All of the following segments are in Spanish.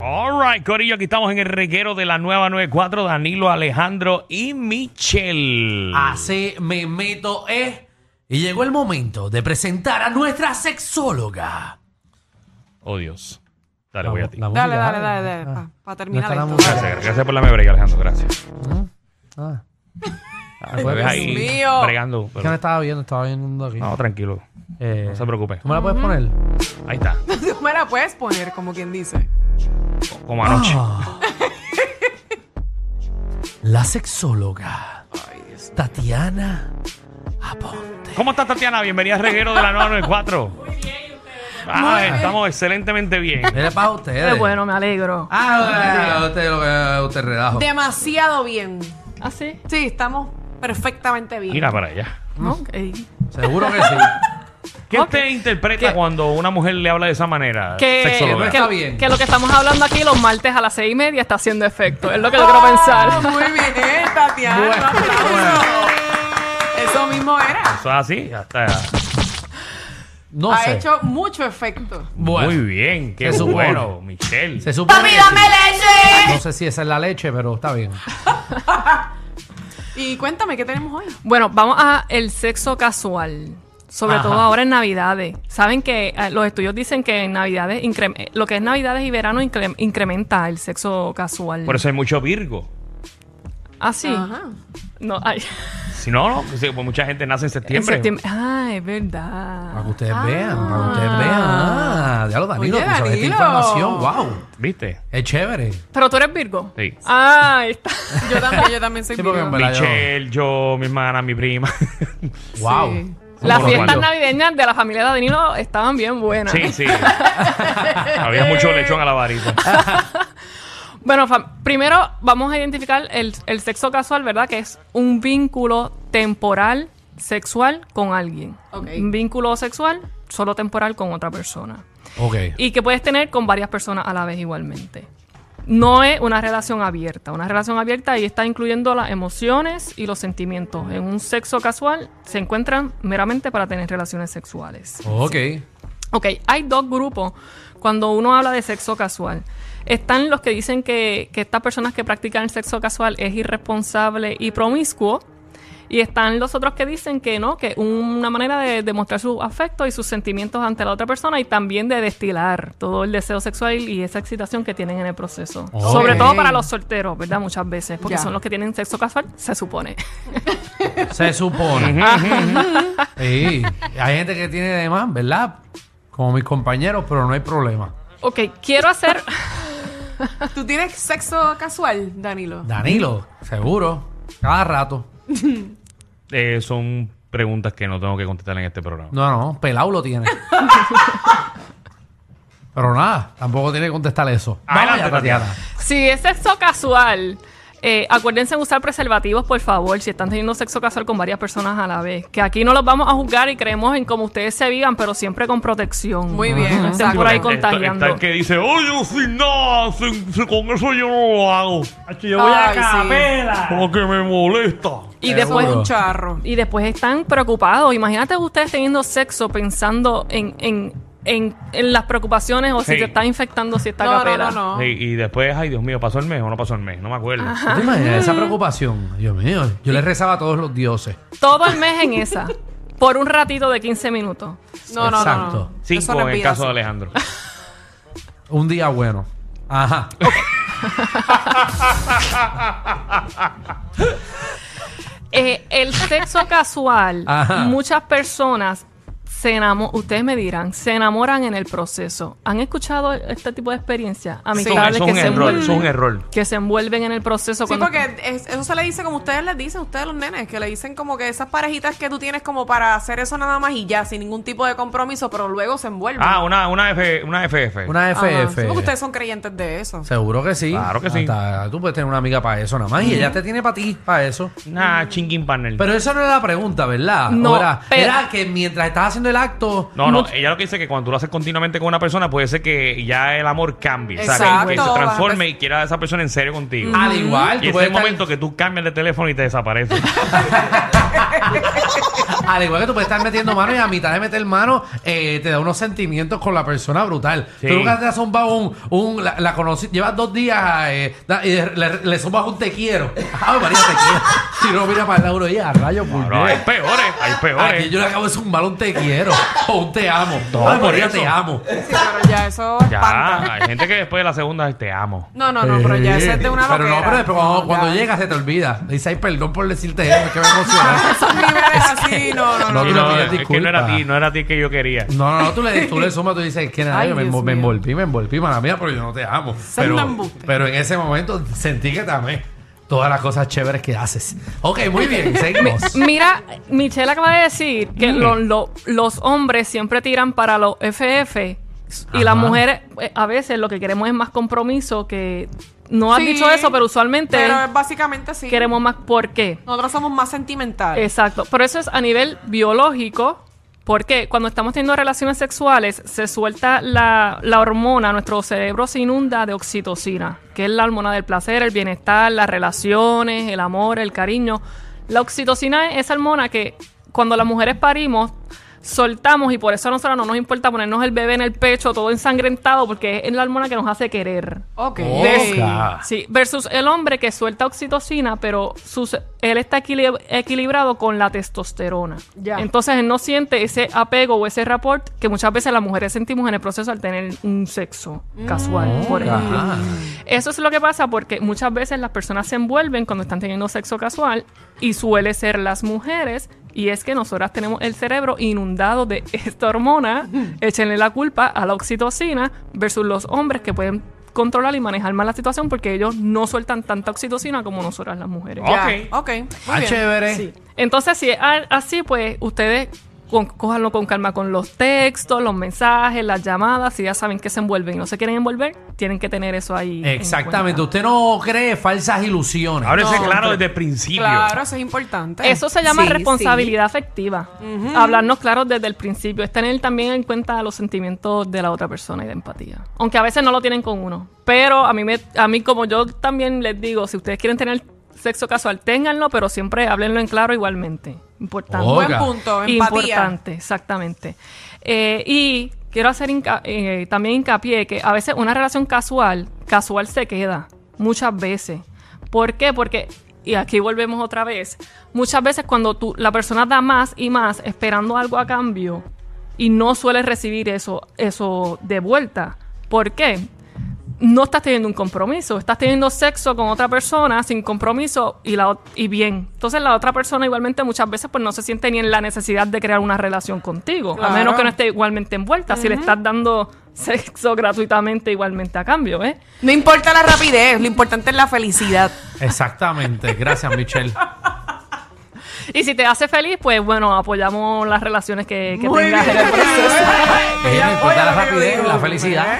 All right, Corillo, aquí estamos en el reguero de la nueva 94, Danilo, Alejandro y Michelle. Hace me meto eh. Y llegó el momento de presentar a nuestra sexóloga. Oh, Dios. Dale, voy a ti. Dale, dale, dale, dale, Ah, para terminar está la esto. música. Gracias, gracias por la brega, Alejandro, gracias. Ah, Me ves ahí Dios mío. bregando. es que no pero- estaba viendo, estaba viendo aquí. No, tranquilo, Eh, no se preocupe. ¿Tú me la puedes poner? Ahí está, Tú me la puedes poner, como quien dice. como anoche. Ah. La sexóloga Tatiana Aponte. ¿Cómo estás, Tatiana? Bienvenida al reguero de la 994. Muy bien, Ah, estamos excelentemente bien. Mira para ustedes. Qué bueno, me alegro. Ah, bueno, usted lo que usted relajo. Demasiado bien. ¿Ah, sí? Sí, estamos perfectamente bien. Mira para allá. Ok. Seguro que sí. ¿Qué usted interpreta cuando una mujer le habla de esa manera? no Ah, Sexóloga. está bien. que lo que estamos hablando aquí los martes a las seis y media está haciendo efecto. Es lo que yo quiero Ah. pensar. Muy bien, eh, Tatiana. Bueno. un aplauso. Eso mismo era. Eso es así, hasta. No ha sé. hecho mucho efecto. Bueno, Muy bien, qué Se supone. bueno, Michelle. se supone que sí. leche! No sé si esa es la leche, pero está bien. Y cuéntame, ¿qué tenemos hoy? Bueno, vamos a el sexo casual. Sobre Ajá. todo ahora en Navidades. Saben que eh, los estudios dicen que en Navidades, incre- eh, lo que es Navidades y verano incre- incrementa el sexo casual. Por eso hay mucho Virgo. Ah, sí. Ajá. No, ay. Si no, no, pues, pues, mucha gente nace en En septiembre. septiembre. Ah, es Para Ah. verdad. que ustedes vean, para que ustedes vean. Ah, ya lo Danilo, Oye, tú sabes esta Danilo. información. Wow. ¿Viste? Es chévere. Pero tú eres Virgo. Sí. Ah, ahí está. Yo también, yo también soy Sí, porque en virgo. verdad yo- Michelle, yo, mi hermana, mi prima. Wow. Sí. Las Somos los fiestas cuatro. navideñas de la familia de Danilo estaban bien buenas. sí, sí. Había mucho Eh. lechón a la varita. Bueno, fam- primero vamos a identificar el, el sexo casual, ¿verdad? Que es un vínculo temporal sexual con alguien. Ok. Un vínculo sexual solo temporal con otra persona. Ok. Y que puedes tener con varias personas a la vez igualmente. No es una relación abierta. Una relación abierta ahí está incluyendo las emociones y los sentimientos. En un sexo casual se encuentran meramente para tener relaciones sexuales. Ok. Ok, hay dos grupos cuando uno habla de sexo casual. Están los que dicen que, que estas personas que practican el sexo casual es irresponsable y promiscuo. Y están los otros que dicen que no, que una manera de demostrar su afecto y sus sentimientos ante la otra persona y también de destilar todo el deseo sexual y esa excitación que tienen en el proceso. Ok. Sobre todo para los solteros, ¿verdad? Muchas veces, porque Ya. son los que tienen sexo casual, se supone. Se supone. Sí. Hay gente que tiene de más, ¿verdad? Como mis compañeros, pero no hay problema. ok, quiero hacer... ¿Tú tienes sexo casual, Danilo? Danilo, seguro. Cada rato. Eh, son preguntas que no tengo que contestar en este programa. No, no, pelado lo tiene. pero nada, tampoco tiene que contestar eso. Adelante, allá, Tatiana. Si es sexo casual, eh, acuérdense en usar preservativos, por favor, si están teniendo sexo casual con varias personas a la vez. Que aquí no los vamos a juzgar y creemos en cómo ustedes se vivan, pero siempre con protección. Muy bien, No estén exacto. por ahí Está- Está, está contagiando. el que dice, oh, yo sin nada, sin- sin- con eso yo no lo hago. Yo voy a capela. Porque me molesta. Y Seguro. después, un charro. y después están preocupados. Imagínate ustedes teniendo sexo pensando en, en, en- en las preocupaciones o si Sí. te está infectando, si está No, no, capela. no, no. Sí, y después, ay, Dios mío, ¿pasó el mes o no pasó el mes? No me acuerdo. ¿Tú te imaginas esa preocupación? Dios mío, yo le rezaba a todos los dioses. Todo el mes en esa. Por un ratito de 15 minutos. No, no, no, Exacto. no. Eso Cinco en no es el vida, caso de eso. Alejandro. Un día bueno. Ajá. Eh, el sexo casual, Ajá. Eh, muchas personas se enamo- ustedes me dirán, se enamoran en el proceso. ¿Han escuchado este tipo de experiencias? Amistades eso que, es un se error, envuelven, eso es un error. que se envuelven en el proceso. Sí, cuando- porque es- eso se le dice como ustedes les dicen, ustedes los nenes, que le dicen como que esas parejitas que tú tienes como para hacer eso nada más y ya, sin ningún tipo de compromiso, pero luego se envuelven. Ah, una, una, F, una FF. Una Ajá. FF. Sí, porque ustedes son creyentes de eso. Seguro que sí. Claro que sí. Hasta tú puedes tener una amiga para eso nada más. Y ella te tiene para ti, para eso. Una chinguín panel. Pero eso no era la pregunta, ¿verdad? No, ¿O Era, pero- era que mientras estás haciendo el acto. no, no, ella lo que dice es que cuando tú lo haces continuamente con una persona, puede ser que ya el amor cambie. O sea, que- que, se Exacto. transforme y quiera a esa persona en serio contigo. Al Y igual, Ah, tú ese puedes momento que tú cambias de teléfono y te desapareces. estar, al igual que tú puedes estar metiendo mano y a mitad de meter mano eh, te da unos sentimientos con la persona brutal. Sí. Tú nunca te has zumbado un, un la, la conocí, llevas dos días eh, da- y de- le, le zumbas un te quiero. Ay, María, te quiero. Si no mira para el lado y a rayo, Pero hay peores, hay peores. Aquí yo le acabo de zumbar un te quiero o un te amo. No, Ay, por María, eso. te amo. Sí, pero ya eso espanta. Ya, hay gente que después de la segunda te amo. No, no, no, pero ya eso es de una Pero no, loquera. pero después cuando, No, cuando ya. llegas se te olvida. Dice, ay, perdón por decirte eso, es que me emocioné. Esos niveles así, no, no, No, no. Y tú no, pides es que no era a ti, disculpas. no era a ti que yo quería. No, no, no, tú le, tú le sumas, tú dices, ¿quién era Ay, yo? Me, Dios envol- me mío. envolví, me envolví, mala mía, pero yo no te amo. es un Pero, embuste. pero en ese momento sentí que te amé. Todas las cosas chéveres que haces. Ok, muy bien, seguimos. Mira, Michelle acaba de decir que lo- lo- los hombres siempre tiran para los FF y Ajá. las mujeres eh, a veces lo que queremos es más compromiso que no has Sí, dicho eso, pero usualmente Pero es básicamente sí. queremos más ¿por qué? Nosotros somos más sentimentales. Exacto, pero eso es a nivel biológico. Porque cuando estamos teniendo relaciones sexuales, se suelta la, la hormona, nuestro cerebro se inunda de oxitocina, que es la hormona del placer, el bienestar, las relaciones, el amor, el cariño. La oxitocina es esa hormona que cuando las mujeres parimos, soltamos y por eso a nosotros no nos importa ponernos el bebé en el pecho todo ensangrentado, porque es la hormona que nos hace querer. Ok. Oca. Sí, versus el hombre que suelta oxitocina, pero sus- él está equili- equilibrado con la testosterona. Ya. Entonces él no siente ese apego o ese rapport que muchas veces las mujeres sentimos en el proceso al tener un sexo casual, por ejemplo. Ajá. Eso es lo que pasa porque muchas veces las personas se envuelven cuando están teniendo sexo casual y suele ser las mujeres. Y es que nosotras tenemos el cerebro inundado de esta hormona, échenle la culpa a la oxitocina versus los hombres que pueden controlar y manejar más la situación porque ellos no sueltan tanta oxitocina como nosotras las mujeres. Ya, Ok. Ok. Muy Ah, bien. chévere. Entonces, si es a- así, pues ustedes con- cójanlo con calma con los textos, los mensajes, las llamadas. Si ya saben que se envuelven y no se quieren envolver, tienen que tener eso ahí. en Exactamente. cuenta. Usted no cree falsas ilusiones. Ahora No, claro pero- desde el principio. Claro, eso es importante. Eso se llama Sí, responsabilidad afectiva. Hablarnos claros desde el principio. Es tener también en cuenta los sentimientos de la otra persona y de empatía. Aunque a veces no lo tienen con uno. Pero a mí, me, a mí como yo también les digo, si ustedes quieren tener sexo casual, ténganlo, pero siempre háblenlo en claro igualmente. Importante. Oh, Buen Oca. punto, empatía. Importante, exactamente. Eh, y quiero hacer hinca- eh, también hincapié que a veces una relación casual, casual se queda, muchas veces. ¿Por qué? Porque, y aquí volvemos otra vez, muchas veces cuando tú, la persona da más y más esperando algo a cambio y no sueles recibir eso, eso de vuelta. ¿Por qué? No estás teniendo un compromiso, estás teniendo sexo con otra persona sin compromiso y, la, ot- y bien. Entonces la otra persona igualmente muchas veces pues no se siente ni en la necesidad de crear una relación contigo, Claro. a menos que no esté igualmente envuelta, si le estás dando sexo gratuitamente igualmente a cambio, ¿eh? No importa la rapidez, lo importante es la felicidad. Exactamente. Gracias, Michelle. Y si te hace feliz, pues bueno, apoyamos las relaciones que, que Muy tengas en el bien. proceso. Eh, no importa la Oye, lo que yo rapidez, digo. pues, ¿eh? la felicidad.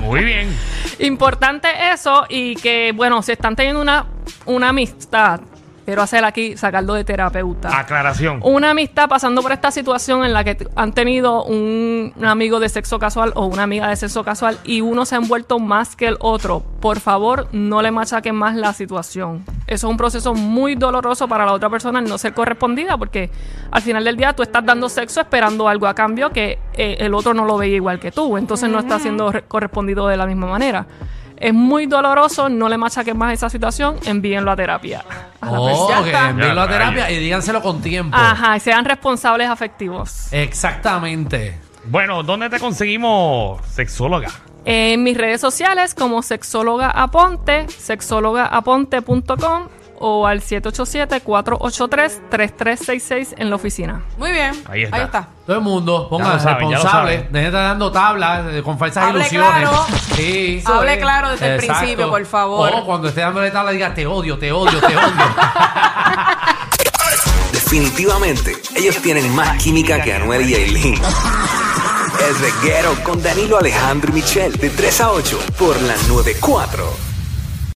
Muy bien. Importante eso y que, bueno, si están teniendo una, una amistad, quiero hacer aquí, sacarlo de terapeuta. Aclaración. Una amistad pasando por esta situación en la que t- han tenido un, un amigo de sexo casual o una amiga de sexo casual y uno se ha envuelto más que el otro. Por favor, no le machaquen más la situación. Eso es un proceso muy doloroso para la otra persona el no ser correspondida porque al final del día tú estás dando sexo esperando algo a cambio que eh, el otro no lo veía igual que tú. Entonces no está siendo re- correspondido de la misma manera. Es muy doloroso, no le machaquen más esa situación, envíenlo a terapia. A la Oh, persona. que está. envíenlo a Ya, terapia rayos. y díganselo con tiempo. Ajá, y sean responsables afectivos. Exactamente. Bueno, ¿dónde te conseguimos sexóloga? En mis redes sociales como sexóloga aponte, sexólogaaponte.com o al 787-483-3366 en la oficina. Muy bien. Ahí está. Ahí está. Todo el mundo, Ya ponga lo saben, ya lo responsable. saben. Dejen de estar dando tablas eh, con falsas Hable ilusiones. claro. Sí. Hable claro desde el principio, por favor. O cuando esté dándole tablas, diga te odio, te odio, te odio. Definitivamente, ellos tienen más química que Anuel y Aileen. El reguero con Danilo Alejandro y Michel, de 3 a 8, por la 94.